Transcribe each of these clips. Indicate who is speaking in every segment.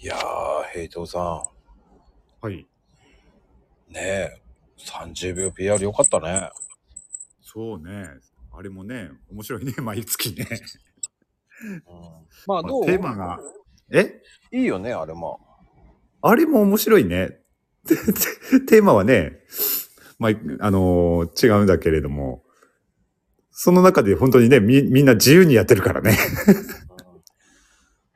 Speaker 1: いやー、平等さ
Speaker 2: はい。
Speaker 1: ん、ねえ、30秒 PR よかったね。
Speaker 2: そうね。あれもね、面白いね、 毎月ね。
Speaker 1: うん、まあ、
Speaker 2: まあ、
Speaker 1: どう
Speaker 2: テーマが。え
Speaker 1: いいよね、あれも。
Speaker 2: あれも面白いね。 ててテーマはね、まあ、あのー違うんだけれども、その中で本当にね、み、みんな自由にやってるからね。
Speaker 1: うん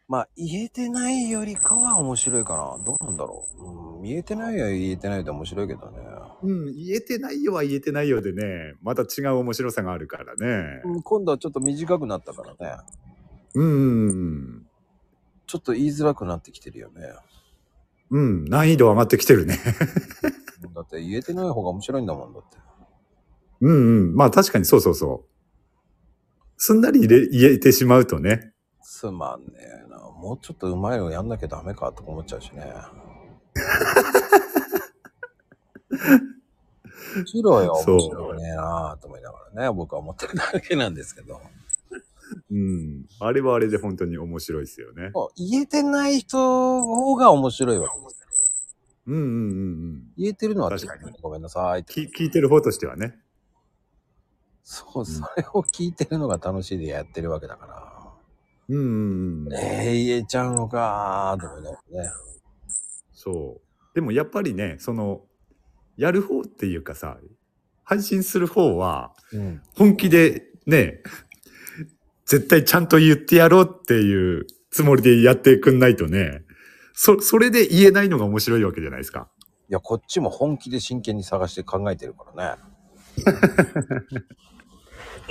Speaker 1: まあ、言えてないよりかは面白いかな。どうなんだろう。うん、言えてないより言えてないで面白いけどね。
Speaker 2: うん、言えてないよは言えてないよでね、また違う面白さがあるからね。
Speaker 1: うん、今度はちょっと短くなったからね。
Speaker 2: うん、うん、
Speaker 1: ちょっと言いづらくなってきてるよね。
Speaker 2: うん、難易度上がってきてるね。
Speaker 1: だって言えてない方が面白いんだもんだって。
Speaker 2: うん、うん、まあ確かにそうそうそう。すんなり入れ言えてしまうとね。
Speaker 1: つまんねえな。もうちょっと上手いのやんなきゃダメかとか思っちゃうしね。しろよ、
Speaker 2: そう
Speaker 1: 面白いねえなと思いながらね、僕は思ってるだけなんですけど。
Speaker 2: うん。あれはあれで本当に面白いですよね。
Speaker 1: そう言えてない人の方が面白いわけですよ。
Speaker 2: うんうんうんうん。
Speaker 1: 言えてるのは
Speaker 2: 確かに
Speaker 1: ごめんなさいって。
Speaker 2: き聞いてる方としてはね。
Speaker 1: そう、それを聞いてるのが楽しいでやってるわけだか
Speaker 2: うんうんうん。
Speaker 1: ら。えー、言えちゃうのかーと思いながらね。
Speaker 2: そう。でもやっぱりね、その、やる方っていうかさ、配信する方は、
Speaker 1: うん。
Speaker 2: 本気でね、絶対ちゃんと言ってやろうっていうつもりでやってくんないとね、そ、それで言えないのが面白いわけじゃないですか。
Speaker 1: いや、こっちも本気で真剣に探して考えてるからね。 だか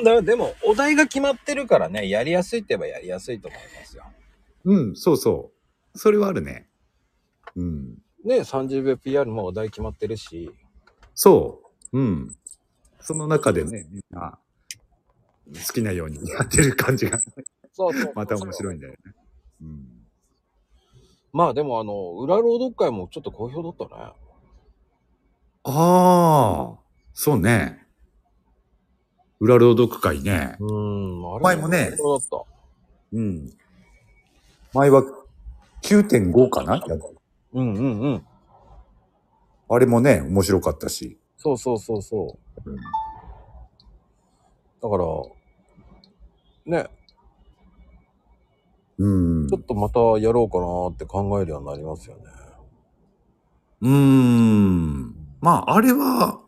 Speaker 1: らでも、お題が決まってるからね、やりやすいって言えばやりやすいと思いますよ。
Speaker 2: うん、そうそう。それはあるね。うん。
Speaker 1: ね、30秒 PR もお題決まってるし、
Speaker 2: そう。うん。その中でね、みんな、好きなようにやってる感じが、
Speaker 1: そうそうそう
Speaker 2: また面白
Speaker 1: い。
Speaker 2: いんだよね。うん。
Speaker 1: まあでも、あの、裏朗読会もちょっと好評だったね。
Speaker 2: ああ、そうね。裏朗読会ね。
Speaker 1: うーん、あれ
Speaker 2: 前もね
Speaker 1: 好評だっ
Speaker 2: うん。前は9.5かな
Speaker 1: た。うんうんうん。
Speaker 2: あれもね、面白かったし。
Speaker 1: そうそうそうそう。だから、ね、
Speaker 2: うん。
Speaker 1: ちょっとまたやろうかなって考えるようになりますよね。
Speaker 2: うん。まあ、あれは、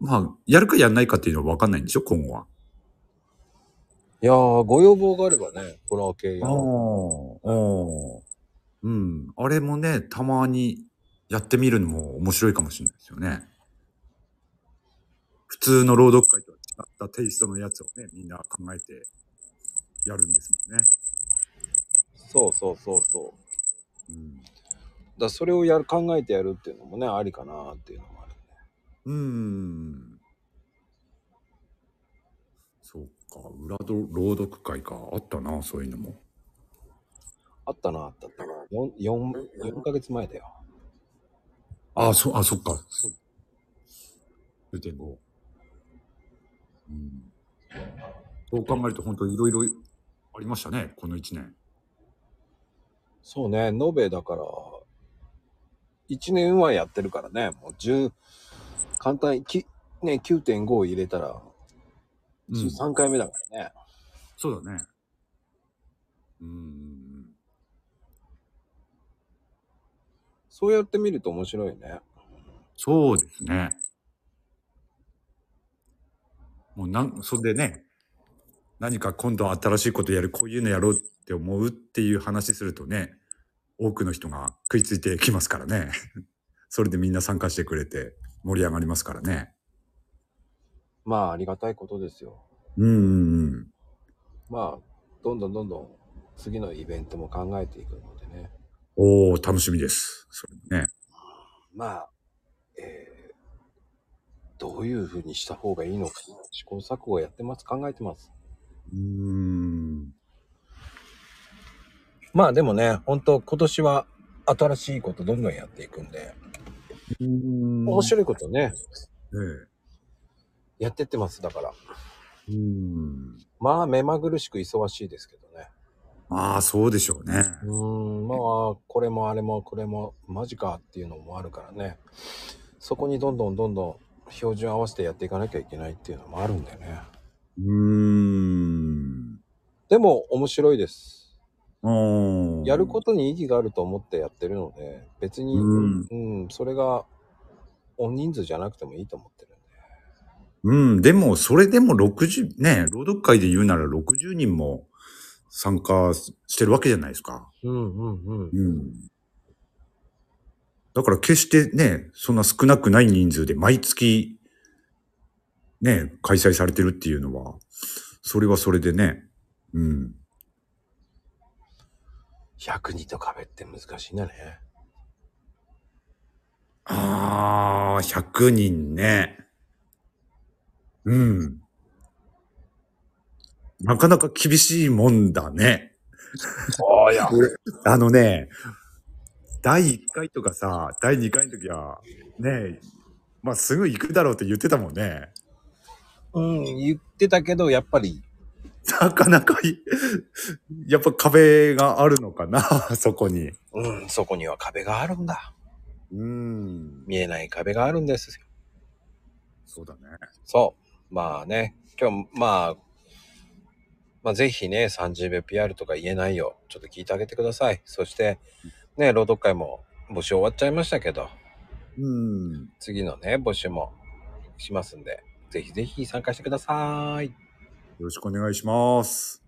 Speaker 2: まあ、やるかやんないかっていうのは分かんないんでしょ今後は。
Speaker 1: いやー、ご要望があればね、ホラー系や
Speaker 2: あ
Speaker 1: ろ
Speaker 2: あ。うん。あれもね、たまにやってみるのも面白いかもしれないですよね。普通の朗読会とは違ったテイストのやつをね、みんな考えてやるんですもんね。
Speaker 1: うそうそうそうそう。
Speaker 2: うん。
Speaker 1: だからそれをやる考えてやるっていうのもね、ありかなっていうのもあるね。
Speaker 2: うーん。そうか、裏ど朗読会か。あったな、そういうのも。
Speaker 1: あったな、あったな。4、四四ヶ月前だよ。
Speaker 2: ああ、そ、あ、そっか。9.5。うん。そう考えると、本当いろいろありましたね、この1年。
Speaker 1: そうね、延べだから、1年はやってるからね、もう10、簡単に、きね、9.5を入れたら、
Speaker 2: うん、
Speaker 1: 3回目だからね。
Speaker 2: そうだね。うんうん
Speaker 1: そうやってみると面白いね。
Speaker 2: そうですね。もうなん、それでね、何か今度新しいことやる、こういうのやろうって思うっていう話するとね、多くの人が食いついてきますからね。 それでみんな参加してくれて盛り上がりますからね。
Speaker 1: まあ、ありがたいことですよ。
Speaker 2: うんうんうん。
Speaker 1: まあ、どんどんどんどん、次のイベントも考えていくのでね。
Speaker 2: おお楽しみです。それね。
Speaker 1: まあ、えーどういうふうにした方がいいのか、試行錯誤やってます、考えてます。
Speaker 2: うーん。
Speaker 1: まあでもね、本当今年は新しいことどんどんやっていくんで、面
Speaker 2: 面
Speaker 1: 白いことね、
Speaker 2: い。ね
Speaker 1: やってってます、だから。
Speaker 2: えうん。
Speaker 1: まあ、目まぐるしく忙しいですけどね。
Speaker 2: まあ、そうでしょうね。
Speaker 1: うーん、まあ、ああ、これもあれもこれもマジかっていうのもあるからね。そこにどんどんどんどん標準合わせてやっていかなきゃいけないっていうのもあるんだよね。
Speaker 2: うーん。
Speaker 1: でも面白いです。
Speaker 2: うん
Speaker 1: やることに意義があると思ってやってるので、別に、
Speaker 2: うん
Speaker 1: うん、それが大人数じゃなくてもいいと思ってるんで。
Speaker 2: うん、でも、それでも60、ね、朗読会で言うなら60人も参加してるわけじゃないですか。
Speaker 1: うんうんうん。
Speaker 2: うん。だから決してね、そんな少なくない人数で毎月、ね、開催されてるっていうのは、それはそれでね、うん。
Speaker 1: 100人の壁って難しいんだね。
Speaker 2: ああ、100人ね。うん。なかなか厳しいもんだね。
Speaker 1: ああ、いや。
Speaker 2: あのね、第1回とかさ、第2回の時は、ね、まあすぐ行くだろうって言ってたもんね。
Speaker 1: うん、言ってたけど、やっぱり、
Speaker 2: なかなかい、やっぱ壁があるのかな、 そこに。
Speaker 1: うん、そこには壁があるんだ。
Speaker 2: うん。
Speaker 1: 見えない壁があるんですよ。
Speaker 2: そうだね。
Speaker 1: そう。まあね、今日、まあ、まあ、ぜひね、30秒 PR とか言えないよ。ちょっと聞いてあげてください。そして、ね、朗読会も募集終わっちゃいましたけど、
Speaker 2: うん。
Speaker 1: 次のね、募集もしますんで、ぜひぜひ参加してください。
Speaker 2: よろしくお願いします。